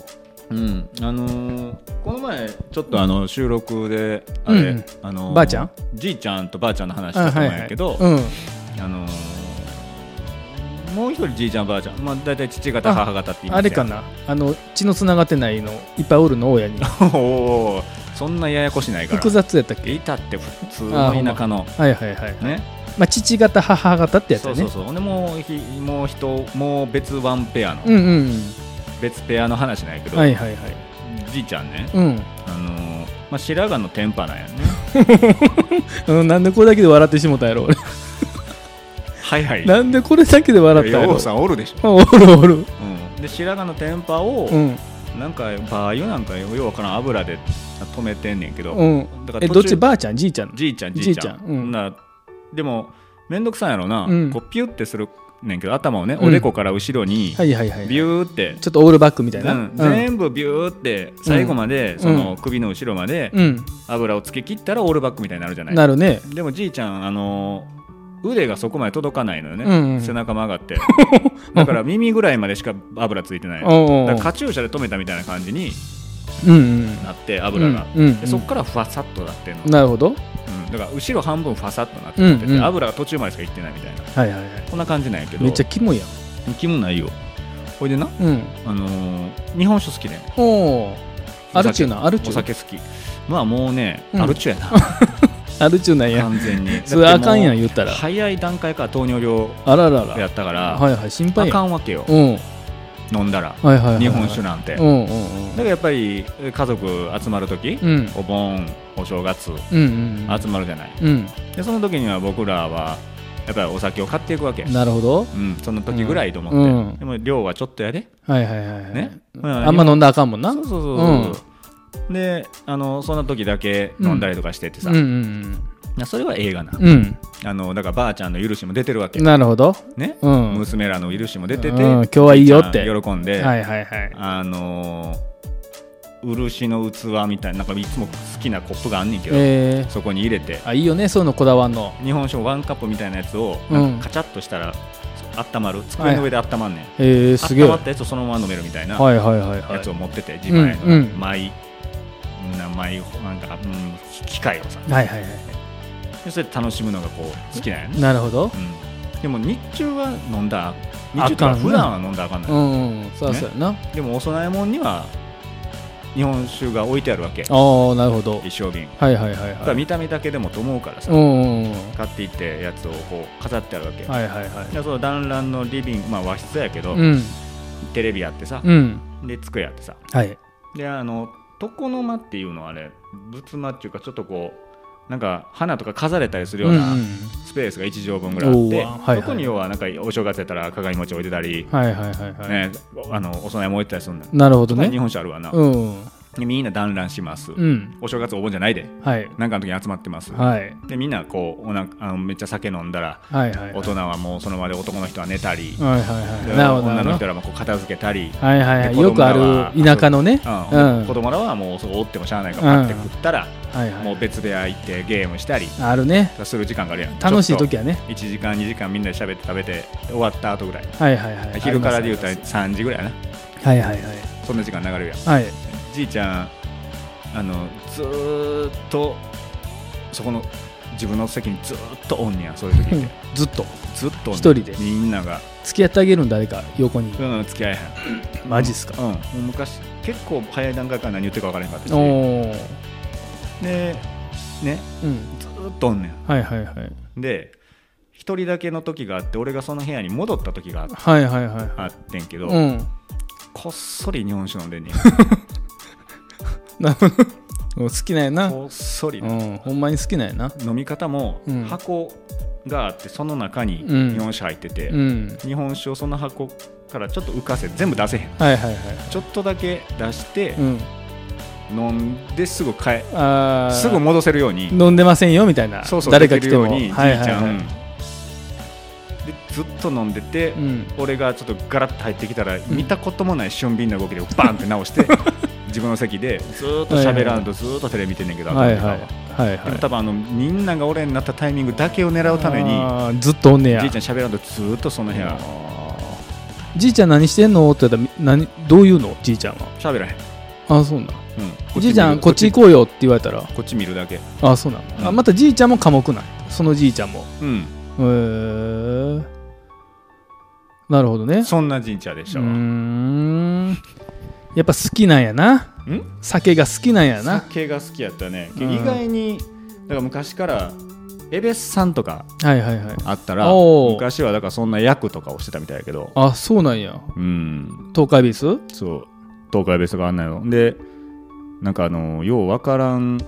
S2: うん、あのーこの前ちょっとあの収録であれ、
S1: うん
S2: あのー
S1: ばあちゃん
S2: じいちゃんとばあちゃんの話したと思うんやけど、
S1: うん
S2: あのーもう一人じいちゃんばあちゃん、まあ、大体父方
S1: あ
S2: 母方って言いますよ
S1: あれかなあの血のつながってないのいっぱいおるの親に
S2: おーそんなややこしないから
S1: 複雑やったっけ
S2: いたって普通の田舎の
S1: はいはいはい、
S2: ね
S1: まあ、父方母方ってやつ
S2: そ
S1: や
S2: う
S1: ね
S2: そうそうほんでもうひもう人もう別ワンペアの、
S1: うんうん
S2: 別ペアの話なんやけ
S1: うん
S2: ど、
S1: はいはいはい
S2: じいちゃんね、
S1: うん
S2: あのーまあ、白髪のテンパなんやね
S1: うんなんでこれだけで笑ってしもたんやろ 俺
S2: はいはい
S1: なんでこれだけで笑ったんやろ
S2: 王さんおるでしょ
S1: あおるおる
S2: うん、で白髪の天パを、
S1: うん
S2: なんかバー油なんかようわからん油で止めてんねんけど、
S1: うん
S2: だから
S1: え
S2: 途
S1: ど
S2: 中
S1: っちばあちゃんじいちゃん
S2: じいちゃん
S1: じ
S2: じ
S1: い
S2: い
S1: ち
S2: ち
S1: ゃ
S2: ゃ
S1: ん
S2: ん
S1: うん
S2: なでも面倒くさいやろな、
S1: うん
S2: こうピュってするねんけど頭をね、
S1: うん
S2: おでこから後ろに
S1: はいはいはい
S2: ビューって、
S1: ちょっとオールバックみたいな
S2: うん全部ビューって最後まで、その首の後ろまで
S1: うん
S2: 油をつけ切ったらオールバックみたいになるじゃない
S1: なるね
S2: でもじいちゃんあのー腕がそこまで届かないのよね、
S1: うんうん
S2: 背中 曲がってだから耳ぐらいまでしか油ついてない
S1: おうおう
S2: だからカチューシャで止めたみたいな感じに
S1: うんうん
S2: なって油が、
S1: うんうん
S2: でそこからふわさっとなってるの、
S1: なるほど
S2: うんだから後ろ半分ふわさっとなってなってて、
S1: うんうん
S2: 油が途中までしかいってないみたいな
S1: はいはいはい
S2: こんな感じなんやけど
S1: めっちゃキモいやん
S2: 気もないよほいでな、
S1: うん
S2: あのー日本酒好きで
S1: おおアルチューなアルチ
S2: お
S1: ュー
S2: 酒好きまあもうね、
S1: うん
S2: アルチューや
S1: アルチューなん
S2: な
S1: や
S2: 完全に
S1: それあかんやん
S2: だっても
S1: 言った
S2: う
S1: ら
S2: 早い段階から糖尿病
S1: あらら
S2: や
S1: ら
S2: ったから、
S1: はいはい心
S2: あ
S1: 配
S2: か
S1: やん
S2: んわけよ、
S1: うんはい
S2: 飲んだら、
S1: はいはいはい
S2: 日本酒なんて、
S1: う
S2: だ
S1: んうんうん
S2: からやっぱり家族集まるとき、
S1: うん
S2: お盆お正月
S1: うんうん
S2: 集まるじゃない
S1: うん
S2: でその時には僕らはやっぱりお酒を買っていくわけ、
S1: なるほど
S2: うん、その時ぐらいと思って、
S1: うんうん
S2: でも量はちょっとやで
S1: はいはいはいはい
S2: ね、
S1: あんま飲んだらあかんもんな
S2: そうそうそうそう、であのそんな時だけ飲んだりとかしててさ、
S1: うんうん
S2: なそれは映画な、
S1: うんうん
S2: あのだからばあちゃんの許しも出てるわけ、
S1: なるほど
S2: ね
S1: うん
S2: 娘らの許しも出てて、
S1: うん今日はいいよって
S2: じいちゃん喜んで、
S1: はいはいはい
S2: あのー漆の器みたいななんかいつも好きなコップがあんねんけど、
S1: え
S2: そこに入れて
S1: ー、あいいよねそういうのこだわんの
S2: 日本酒ワンカップみたいなやつを
S1: うん
S2: なんかカチャッとしたら温まる机の上で温まんねん、
S1: えー、すげえ
S2: 温ま
S1: は
S2: ったやつをそのまま飲めるみたいない
S1: はいはいは
S2: や
S1: い
S2: つを持ってて自前の
S1: うんうん
S2: 毎な毎なんか、うん、機械をさ
S1: はいはいは
S2: でそれで楽しむのがこう好きなんや
S1: い
S2: ね、
S1: なるほど
S2: うん、でも日中は飲んだ日
S1: あか
S2: 中と
S1: ん
S2: か
S1: ね
S2: 普段は飲んだらあかんない、
S1: うん、うん、そうそうやな、
S2: でもお供え物には日本酒が置いてあるわけ
S1: ああなるほど
S2: 一升瓶
S1: はいはいはい
S2: ただ
S1: はい
S2: 見た目だけでもと思うからさ、
S1: うんうんうん
S2: 買っていってやつをこう飾ってあるわけ、
S1: はいはいはい
S2: でその団らんのリビング、まあ、和室やけど、
S1: うん
S2: テレビあってさ、
S1: うん
S2: で机あってさ
S1: はい
S2: であの床の間っていうのはあれ仏間っていうかちょっとこうなんか花とか飾れたりするような
S1: うん
S2: スペースが1畳分ぐらいあって、
S1: おーはいはい
S2: そこに要はなんかお正月やったら鏡餅置いてたり、
S1: うん、はいはいはいはい、
S2: ね、あのお供え物置いてたりするんだよ、
S1: なるほど
S2: 日
S1: ね
S2: 本酒あるわな、
S1: うん
S2: でみんな団らんします、
S1: うん
S2: お正月お盆じゃないで
S1: はい
S2: なんかの時に集まってます、
S1: はい
S2: でみんなこうおなあのめっちゃ酒飲んだら
S1: はいはいはい
S2: 大人はもうその場で男の人は寝たり、
S1: はいはいは
S2: で
S1: いなるほどなる
S2: 女の
S1: ほ
S2: 人
S1: ど
S2: らもこう片付けたり、
S1: はいはいはい
S2: で
S1: よくあ
S2: 子供らは
S1: る田舎のね
S2: うん
S1: うん
S2: 子供らはもうそこおってもしゃあないから買って食ったら、
S1: はいは
S2: もう
S1: い
S2: 別部屋行ってゲームしたり
S1: あるね
S2: する時間があるやん
S1: 楽しい時はね
S2: 1時間2時間みんなで喋って食べて終わった後ぐらい
S1: はいはいはい
S2: 昼からで言うた
S1: は
S2: ら
S1: い
S2: 3時ぐらいやな
S1: はいはい
S2: そんな時間流れるやん
S1: はい
S2: じいちゃんあのずーっとそこの自分の席にずーっとおんねやそういう時って
S1: ずっと
S2: ずっとおんねん
S1: 一人で
S2: みんなが
S1: 付き合ってあげるん誰か横に
S2: うん付き合えへん
S1: マジっすか
S2: うんもう昔結構早い段階から何言ってるか分からへんかったし
S1: おお
S2: でね
S1: うん
S2: ずーっーっとおんね
S1: はいはいはい
S2: んで一人だけの時があって俺がその部屋に戻った時があ
S1: はいはいはい
S2: あってんけど、
S1: うん
S2: こっそり日本酒飲んでんねん
S1: なるほど好きなんやな
S2: こっそり、
S1: うんほんまに好きなんやな
S2: 飲み方も
S1: うん
S2: 箱があってその中に
S1: うん
S2: 日本酒入ってて、
S1: うん
S2: 日本酒をその箱からちょっと浮かせ全部出せへん
S1: はいはいは
S2: ちょっとだけ出して
S1: いうん
S2: 飲んですぐ帰
S1: あー
S2: すぐ戻せるように
S1: 飲んでませんよみたいな
S2: そうそう
S1: 誰か来ても
S2: できるようにじいち
S1: はいはい
S2: ゃ
S1: はい
S2: んでずっと飲んでて
S1: うん
S2: 俺がちょっとガラッと入ってきたら
S1: ん
S2: 見たこともない俊敏な動きでバンって直して 自分の席でずーっと喋らんとずーっとテレビ見てんねんけど
S1: はい
S2: 頭
S1: は
S2: の
S1: い
S2: 中
S1: はい
S2: で
S1: は
S2: も
S1: い
S2: 多分あのみんなが俺になったタイミングだけを狙うために
S1: あーずっとおんねや
S2: じいちゃん喋らんとずーっとその部屋
S1: じいちゃん何してんのって言ったら何どういうのじいちゃんは
S2: 喋らへん
S1: あそうなん
S2: うん
S1: じいちゃんこっち
S2: こ
S1: 行こうよって言われたら
S2: っち見るだけ
S1: あそうなん、
S2: うん
S1: あまたじいちゃんも寡黙なんそのじいちゃんも
S2: うん
S1: へーなるほどね
S2: そんな神社でし
S1: う
S2: た
S1: ー
S2: わ
S1: んやっぱ好きなんやな酒が好きなんやな
S2: 酒が好きやったね、
S1: うん
S2: 意外にだから昔からエベスさんとか
S1: はいはいはい
S2: あったら
S1: おー
S2: 昔はだからそんな役とかをしてたみたいやけど
S1: あそうなんや
S2: うん
S1: 東海ビスは
S2: そう東海ベースがあんなのでなんかあのようわからん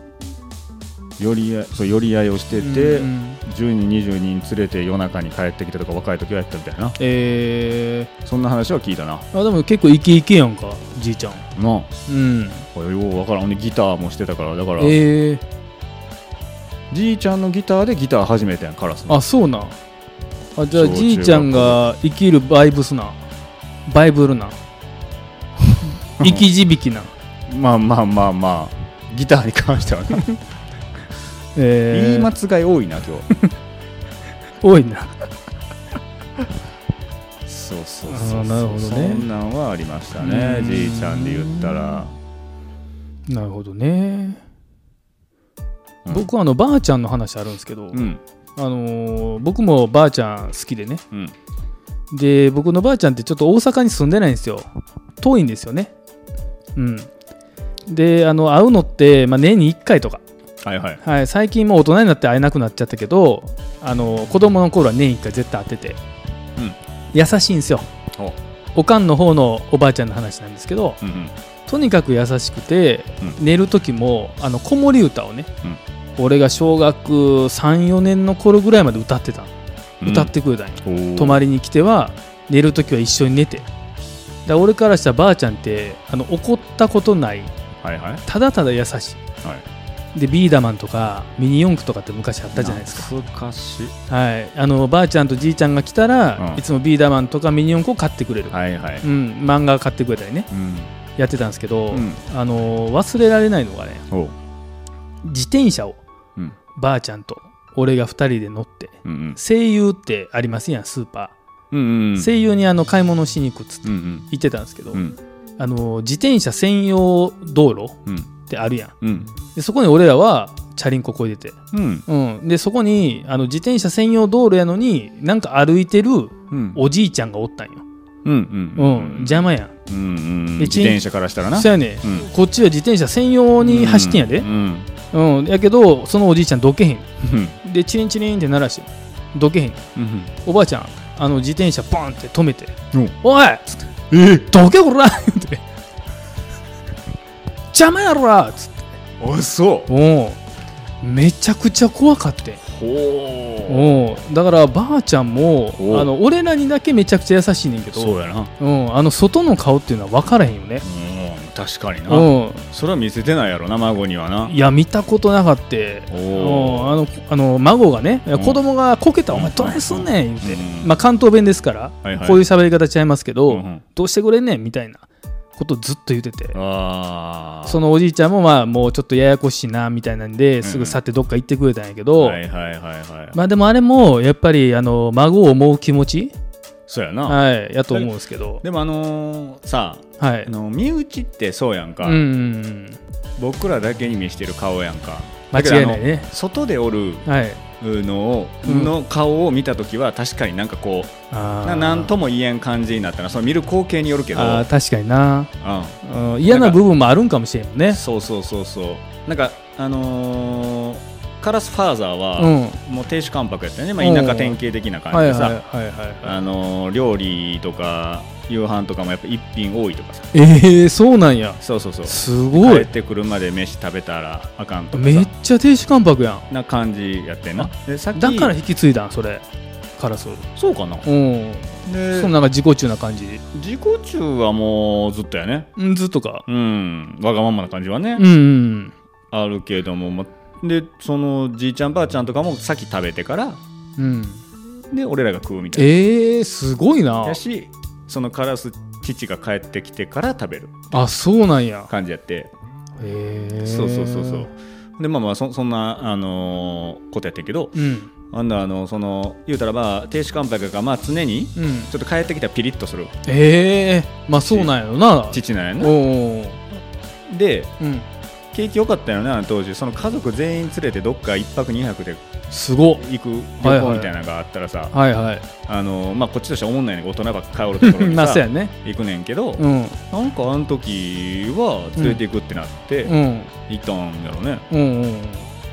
S2: 寄り合いそう寄り合いをしてて、10人20人連れて夜中に帰ってきたとか若い時はやったみたいな
S1: え
S2: そんな話は聞いたな
S1: ー、あでも結構イケイケやんかじいちゃん
S2: なあ
S1: うん
S2: これようわからんほんでギターもしてたからだから、
S1: えー、
S2: じいちゃんのギターでギター始めたやんカラスの
S1: あそうなんあじゃあ
S2: 小中学校
S1: じいちゃんが生きるバイブスなバイブ ルな生き字引きな
S2: まあまあまあまあギターに関してはな言
S1: え
S2: い間
S1: ー、
S2: 違い多いな今日
S1: 多いな
S2: そうそう
S1: そうあーなるほどね
S2: そんなんはありました
S1: う
S2: ね
S1: ん
S2: じいちゃんで言ったら
S1: なるほどね、
S2: うん
S1: 僕はあのばあちゃんの話あるんですけど、
S2: うん
S1: あのー僕もばあちゃん好きでね
S2: うん
S1: で僕のばあちゃんってちょっと大阪に住んでないんですよ遠いんですよねうんであの会うのって、まあ、年に1回とか
S2: はいはい
S1: はい、最近もう大人になって会えなくなっちゃったけどあの子供の頃は年1回絶対会ってて、
S2: うん
S1: 優しいんですよ
S2: お
S1: おかんの方のおばあちゃんの話なんですけど
S2: うんうん
S1: とにかく優しくて、
S2: う
S1: 寝る時もあの子守歌をね、俺が小学34年の頃ぐらいまで歌ってたの、
S2: うん
S1: 歌ってくれたんよ
S2: おー
S1: 泊まりに来ては寝る時は一緒に寝てだから俺からしたらばあちゃんってあの怒ったことない
S2: はいはい
S1: ただただ優しい、
S2: は
S1: でビーダマンとかミニ四駆とかって昔あったじゃないですか
S2: 懐かしい
S1: はいあのばあちゃんとじいちゃんが来たら、
S2: うん
S1: いつもビーダマンとかミニ四駆を買ってくれる、
S2: はいはい
S1: うん、漫画買ってくれたりね
S2: うん
S1: やってたんですけど、
S2: うん
S1: あの忘れられないのがね
S2: おう
S1: 自転車を
S2: うん
S1: ばあちゃんと俺が2人で乗って
S2: うん
S1: 声優ってありますやんスーパ
S2: うんうんうん
S1: ー、声優にあの買い物しに行くっつって
S2: うんうん
S1: 行ってたんですけど、
S2: うん
S1: あの自転車専用道路
S2: うん
S1: ってあるやん
S2: うん
S1: でそこに俺らはチャリンコこいでて、
S2: うん
S1: うん、でそこにあの自転車専用道路やのになんか歩いてる
S2: うん
S1: おじいちゃんがおったんよ、
S2: うん
S1: うん邪魔やん、
S2: うんうんうん
S1: で
S2: 自転車からしたらな
S1: そやね、
S2: うん
S1: こっちは自転車専用に走ってんやで
S2: う、ん
S1: うんやけどそのおじいちゃんどけへん
S2: うん
S1: でチリンチリンって鳴らしてどけへん
S2: うん
S1: おばあちゃんあの自転車バンって止めて
S2: うん
S1: 「おい!」っつって
S2: え
S1: 「どけこら!」って「邪魔やろら!」っつって
S2: あそう
S1: おうめちゃくちゃ怖かってんお
S2: ほ
S1: うだからばあちゃんも
S2: おう
S1: あの俺らにだけめちゃくちゃ優しいねんけ
S2: うそ
S1: ど
S2: うやな
S1: うん、あの外の顔っていうのは分からへんよね
S2: うん確かにな
S1: う
S2: それは見せてないやろな孫にはなん
S1: いや見たことなかって
S2: お
S1: うんあ
S2: お
S1: のあの孫がね
S2: うん
S1: 子供がこけたお前
S2: うん
S1: どないすんねん言って
S2: うん
S1: まあ関東弁ですから
S2: はいはい
S1: こういう喋り方ちゃいますけ
S2: うんう
S1: ど
S2: ん
S1: どうしてくれんねんみたいなことずっと言ってて
S2: ああ
S1: そのおじいちゃんもまあもうちょっとややこしいなみたいなんですぐ去ってどっか行ってくれたんやけど
S2: はいはいはいはい
S1: まあでもあれもやっぱりあの孫を思う気持ち
S2: そうやな
S1: はい、やと思うんですけど。
S2: でもあのーさ
S1: は
S2: あ
S1: い。
S2: の身内ってそうやんか
S1: うんうんうん。
S2: 僕らだけに見してる顔やんか
S1: 間
S2: だけどあ
S1: 違い
S2: の
S1: ないね。
S2: 外でおる
S1: はい。
S2: のを
S1: うん
S2: の顔を見た時は確かになんかこうな
S1: あ
S2: なんと
S1: も
S2: も言えん感じになったなその見る光景によるけど
S1: あー確かにな。
S2: うん
S1: うん嫌な部分もあるんかもしれんもんね。
S2: そうそうそうそうなんかあのーカラスファーザーは、
S1: うん
S2: もう亭主関白やったよね、まあ、田舎典型的な感
S1: はい
S2: じ
S1: はい
S2: でさ、
S1: はいはいは
S2: あの料理とか夕飯とかもやっぱ一品多いとかさ
S1: いえー、そうなんや
S2: そうそうそう
S1: すご
S2: 帰っ
S1: い
S2: てくるまで飯食べたらあかんとか
S1: めっ
S2: さ
S1: ちゃ亭主関白やん
S2: な感じやってんなでさっき
S1: だから引き継いだんそれカラスう
S2: そうかなんで
S1: そのなんか自己中な感じ
S2: 自己中はもうずっとやね
S1: うんずっとか
S2: うんわがままな感じはね、
S1: うんうん
S2: あるけどもまでそのじいちゃんばあちゃんとかも先食べてから
S1: うん
S2: で俺らが食うみたい
S1: えー、すごい
S2: な
S1: な
S2: やしそのカラス父が帰ってきてから食べる
S1: あそうなんや
S2: 感じやって
S1: へえ
S2: そうそうそうそうでまあまあそそんな、あのーことやってんけど
S1: うん
S2: あんなあのその言うたらば亭主関白がまあ常に
S1: うん
S2: ちょっと帰ってきたらピリッとする
S1: ええまあそうなんやろな
S2: 父なん
S1: お
S2: やね
S1: ー
S2: で
S1: うん
S2: 景気良かったよねあの当時その家族全員連れてどっか1泊2泊です
S1: ごっ
S2: 行く
S1: はい
S2: 旅
S1: は
S2: 行
S1: い
S2: みたいなのがあったらさ、
S1: はいはい
S2: あのまあ、こっちとしては思んないねん大人ばっかりおるところ に
S1: まあ
S2: さ
S1: そうやね
S2: 行くねんけど、
S1: うん
S2: なんかあの時は連れて行くってなって
S1: うん
S2: 行ったんやろうね、
S1: うんうん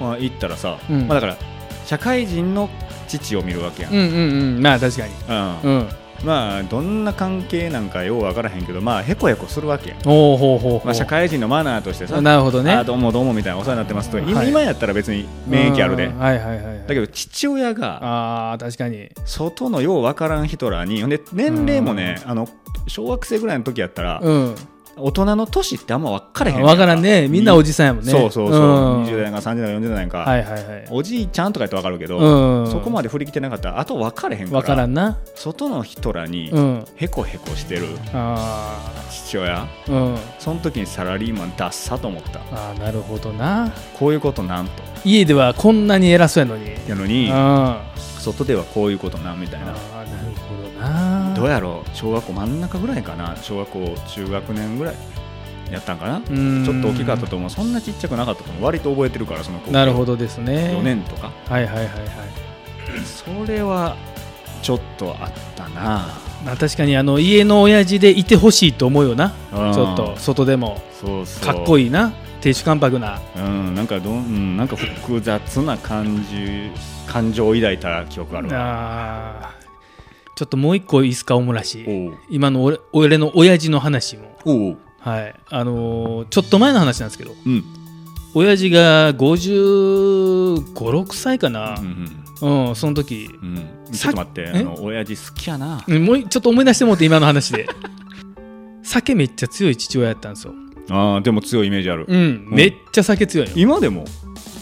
S2: まあ、行ったらさ、
S1: うん
S2: まあ、だから社会人の父を見るわけやん、
S1: うんうんうんまあ確かに
S2: うん
S1: うん
S2: まあどんな関係なんかよう分からへんけどまあへこへこするわけやん、
S1: おおほうほうほう
S2: まあ、社会人のマナーとしてさ
S1: なるほどね
S2: あどうもどうもみたいなお世話になってますと、今
S1: はい
S2: 今やったら別に免疫あるで、
S1: うんはいはいはいはい
S2: だけど父親が
S1: あー確かに
S2: 外のよう分からん人らにほんで年齢もね、あの小学生ぐらいの時やったら、
S1: うん
S2: 大人の年ってあんま分からへんね
S1: わからんねみんなおじさんやもんね
S2: そうそうそう、
S1: ん
S2: 20代か30代か40代か、
S1: はいはいはい
S2: おじいちゃんとかやって分かるけど、
S1: うん
S2: そこまで振り切ってなかったらあと分かれへんから
S1: わからんな
S2: 外の人らに
S1: うん
S2: へこへこしてる
S1: あ
S2: 父親、
S1: ーうん
S2: その時にサラリーマンダッサと思った
S1: あーなるほどな
S2: こういうことなんと
S1: 家ではこんなに偉そうやのに
S2: やの
S1: うん
S2: に
S1: あ
S2: 外ではこういうことなんみたい
S1: ー
S2: な
S1: なるほどな
S2: どうやろう小学校真ん中ぐらいかな小学校中学年ぐらいやったんかな
S1: うん
S2: ちょっと大きかったと思うそんなちっちゃくなかったと思う割と覚えてるからその子
S1: なるほどですね
S2: 4年とか
S1: はいはいはいはい
S2: それはちょっとあったな
S1: まあ確かにあの家の親父でいてほしいと思うよな
S2: うん
S1: ちょっと外でも
S2: そうそう
S1: かっこ
S2: いい、
S1: いいな亭主関白な
S2: うん、なんかどん、うん、なんか複雑な感じ感情を抱いた記憶がある
S1: あ
S2: わ
S1: ーちょっともう一個いいですかオムラシ
S2: おう
S1: 今の俺俺の親父の話も
S2: おう
S1: はいあのーちょっと前の話なんですけど
S2: うん
S1: 親父が556歳かな
S2: う、
S1: う
S2: ん
S1: んその時、
S2: うんうん、ちょ
S1: さ
S2: っと待って
S1: え
S2: あの親父好きやな
S1: うんもういちょっと思い出してもうて今の話で 酒めっちゃ強い父親やったんですよ
S2: あーでも強いイメージある、
S1: うん、めっちゃ酒強いよ
S2: 今でも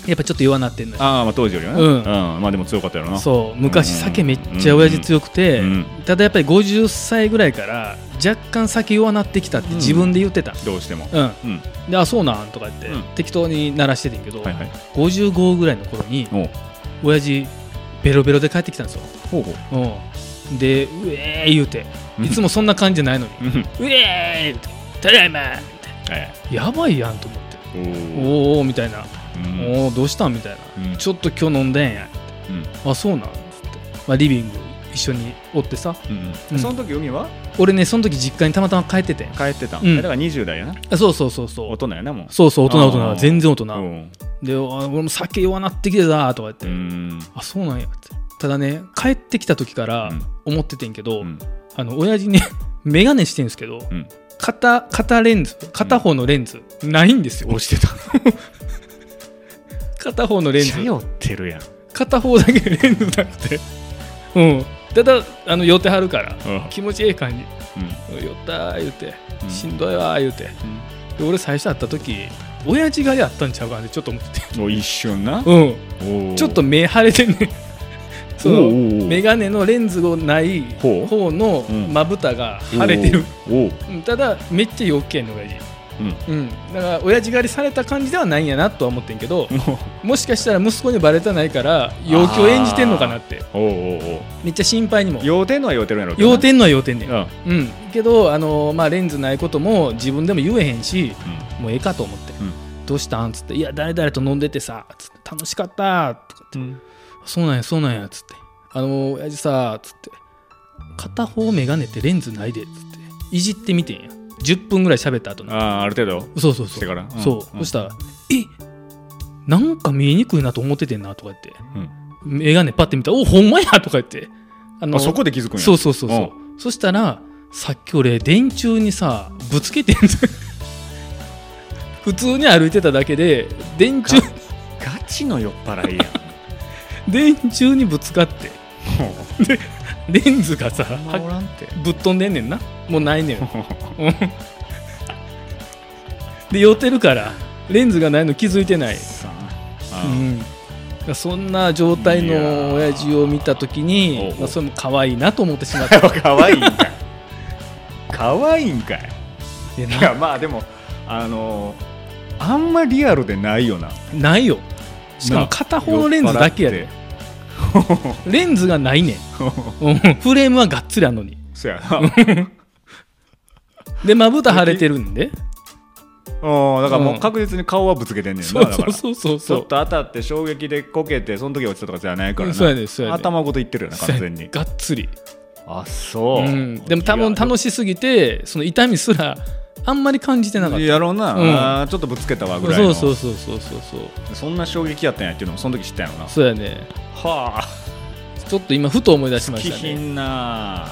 S1: やっぱちょっと弱なってんのよ
S2: ああまあ当時よりはね、
S1: うん
S2: まあでも強かったやろなう
S1: そう昔
S2: うん
S1: 酒めっちゃ親父強くて、
S2: うん
S1: ただやっぱり50歳ぐらいから若干酒弱なってきたって自分で言ってた
S2: どうしても
S1: うん、
S2: うん
S1: であそうなんとか言って、
S2: うん
S1: 適当に鳴らしててんけど、
S2: はいはい
S1: 55ぐらいの頃に
S2: おう
S1: 親父ベロベロで帰ってきたんですよ、
S2: ほうほう
S1: うん、で「うえー」言うて
S2: うん
S1: いつもそんな感じじゃないのに
S2: う
S1: 「
S2: ん
S1: うえー」って「ただいま」って
S2: え
S1: やばいやんと思って
S2: えお
S1: 「
S2: う
S1: おーおー」みたいな
S2: うん
S1: おおどうしたんみたいな、
S2: うん
S1: ちょっと今日飲んだんや
S2: うん
S1: あそうなんつって、まあ、リビング一緒におってさ
S2: うん
S1: うん
S2: その時海は
S1: 俺ねその時実家にたまたま帰っててん
S2: 帰ってたん、
S1: うん
S2: だから20代やな
S1: あそうそうそうそ
S2: 大
S1: う
S2: 人やなもう
S1: そうそう大人大
S2: あ
S1: 人
S2: ー
S1: 全然大人
S2: うん
S1: であ俺も酒弱なってきてさとか言って、
S2: うん
S1: あそうなんやってただね帰ってきた時から
S2: うん
S1: 思っててんけど、
S2: うん
S1: あの親 父ね眼鏡してんですけど、
S2: うん
S1: 片片レンズ片方のレンズ、ないんですよ
S2: 押してた
S1: 片方のレンズ
S2: よってるやん
S1: 片 方だけレン ズなくてうんただあの寄ってはるから
S2: うん
S1: 気持ちええ感じ
S2: うん
S1: 寄ったー言うて
S2: うん
S1: しんどいわー言うてで俺最初会った時親父がやったんちゃうかなってちょっと思ってて
S2: お一瞬な
S1: う
S2: おうん
S1: ちょっと目腫れてんねんその
S2: おうおうおう
S1: 眼鏡のレンズがない
S2: ほう
S1: 方の
S2: うん
S1: まぶたが腫れてる
S2: おう
S1: うんただめっちゃ陽気やねん親父うん、だから親父狩りされた感じではないんやなとは思ってんけどもしかしたら息子にバレてないから陽気を演じてんのかなって
S2: おうおうおう
S1: めっちゃ心配にも
S2: 酔うてんのは酔うてるんやろうけど
S1: 酔
S2: な
S1: うてんのは酔うてんねん、
S2: うん
S1: うん、けど、あのーまあ、レンズないことも自分でも言えへんしもうええかと思って「
S2: うん
S1: どうしたん?」っつって「いや誰々と飲んでてさ」つって「楽しかった」とかって「そうなんやそうなんや」つって「あのー親父さ」つって「片方眼鏡ってレンズないで」つっていじってみてんや10分ぐらい喋った後に
S2: ああある程度
S1: そうそう
S2: し
S1: そ
S2: て
S1: う
S2: から
S1: そう、
S2: ん
S1: そしたら「えなんか見えにくいなと思っててんなとか言って
S2: うん、
S1: 眼鏡パッて見たら「おほんまや!」とか言ってあ
S2: あそこで気づくんや
S1: そうそうそうそうそしたらさっき俺電柱にさぶつけてんの 普通に歩いてただけで電柱
S2: ガチの酔っ払いやん
S1: 電柱にぶつかって
S2: も
S1: レンズがさ
S2: うおらんて
S1: ぶっ飛んでんねんなもうないねんで寄ってるからレンズがないの気づいてない、
S2: さ
S1: う
S2: あ
S1: ん、だからそんな状態
S2: いやー
S1: の親父を見た時に
S2: おうおう
S1: まあ、それも可愛いなと思ってしまった
S2: あかわいいんかいかわいいんかい
S1: で
S2: い
S1: な
S2: やまあでもあのあんまリアルでないよな
S1: ないよしかも
S2: な
S1: 片方のレンズだけや
S2: 酔
S1: で
S2: っ払って
S1: レンズがない ねんうんフレームはがっつりあんのに
S2: そやなうん
S1: でまぶた腫れてるんで
S2: だからも
S1: うん
S2: う確実に顔はぶつけてんねん
S1: そ
S2: なだ
S1: う
S2: から
S1: そうそう
S2: ち
S1: そ
S2: ょっ
S1: う
S2: と当たって衝撃でこけてその時落ちたとかじゃないからな
S1: そうやねんそうやねん
S2: 頭ごといってるよな完全に
S1: がっつり
S2: あそう、
S1: うん、でも多分楽
S2: し
S1: しすぎてその痛みすらあんまり感じてなかった
S2: やろうな、
S1: うん
S2: あーちょっとぶつけたわぐらい
S1: そ
S2: の
S1: うそうそうそうそうそう
S2: そんな衝撃やったんやっていうのもその時知ったんやろな
S1: そうやね
S2: はあ
S1: ちょっと今ふと思い出しま
S2: 気
S1: したね
S2: 品なあ、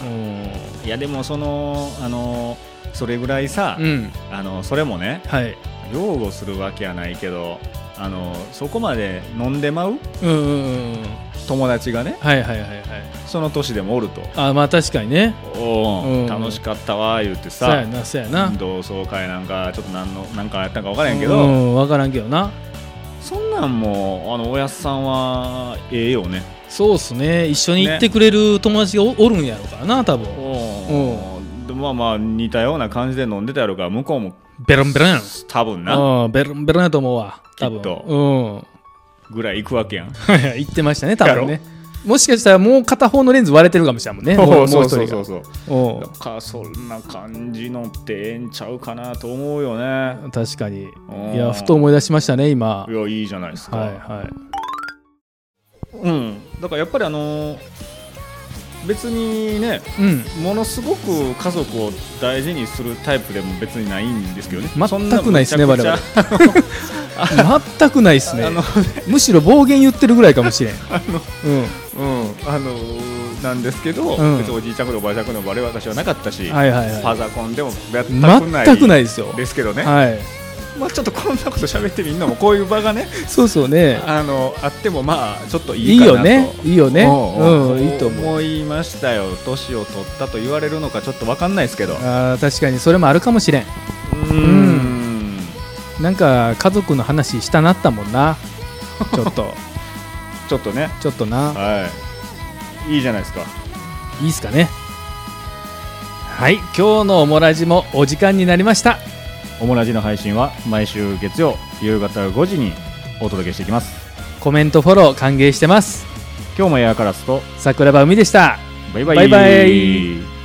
S1: う
S2: いやでもそのあのそれぐらいさ、
S1: ん、うん、
S2: あのそれもね
S1: はい
S2: 擁護するわけやないけどあのそこまで飲んでまう
S1: うんうんうんうん
S2: 友達がね
S1: はいはいはいはい
S2: その年でもおると
S1: あまあ確かにね
S2: おー
S1: うん
S2: 楽しかったわ言うて
S1: そうや
S2: さ
S1: なそうやな
S2: 同窓会なんかちょっと何のなんかやったんか分からへんけ
S1: う
S2: ど
S1: ん、分からんけどな
S2: そんなんもあのおやっさんはええよね
S1: そうっすね一緒に行ってくれる友達がおおるんやろうからな多分
S2: おーでまあまあ似たような感じで飲んでたやろうから向こうも
S1: ベロンベロンやろ
S2: 多分な
S1: うんベロンベロンやと思うわ多分
S2: きっと
S1: うん
S2: ぐらい行くわけやん
S1: はいはい言ってましたね多分ねもしかしたらもう片方のレンズ割れてるかもしれないもんねもうもう一人が
S2: そう だからそんな感じのってええんちゃうかなと思うよね
S1: うん確かに
S2: うん
S1: いやふと思い出しましたね今
S2: いやいいじゃないですか、
S1: はいはい
S2: うんだからやっぱりあのー別にね
S1: うん
S2: ものすごく家族を大事にするタイプでも別にないんですけどね
S1: 全く
S2: そんむ
S1: ないですね
S2: ちゃくちゃ
S1: 我全くないですね
S2: あの
S1: むしろ暴言言ってるぐらいかもし れんう
S2: うんあのーなんですけど、
S1: うん
S2: 別におじいちゃんくのおばあちゃんくの我々私はなかったし、
S1: んはいはいは
S2: パザコンでも全くない
S1: い全くないですよ
S2: ですけどね、
S1: はい
S2: まあ、ちょっとこんなこと喋ってみんなもこういう場がね
S1: そうそうね
S2: あのあってもまあちょっとい
S1: い
S2: い
S1: い
S2: かなと
S1: よねいいよね
S2: お
S1: うん
S2: う
S1: いいと思う
S2: 思いましたよ年を取ったと言われるのかちょっと分かんないですけどう
S1: あー確かにそれもあるかもしれん
S2: ーん
S1: なんか家族の話したなったもん なちょっと
S2: ちょっとね
S1: ちょっとな
S2: はいいいじゃないですか
S1: いいですかねはい今日のおもラジもお時間になりました
S2: オモラジの配信は毎週月曜夕方5時にお届けしていきます
S1: コメントフォロー歓迎してます
S2: 今日もエアカラスと
S1: 桜庭海でした
S2: バイバイ
S1: バイバイ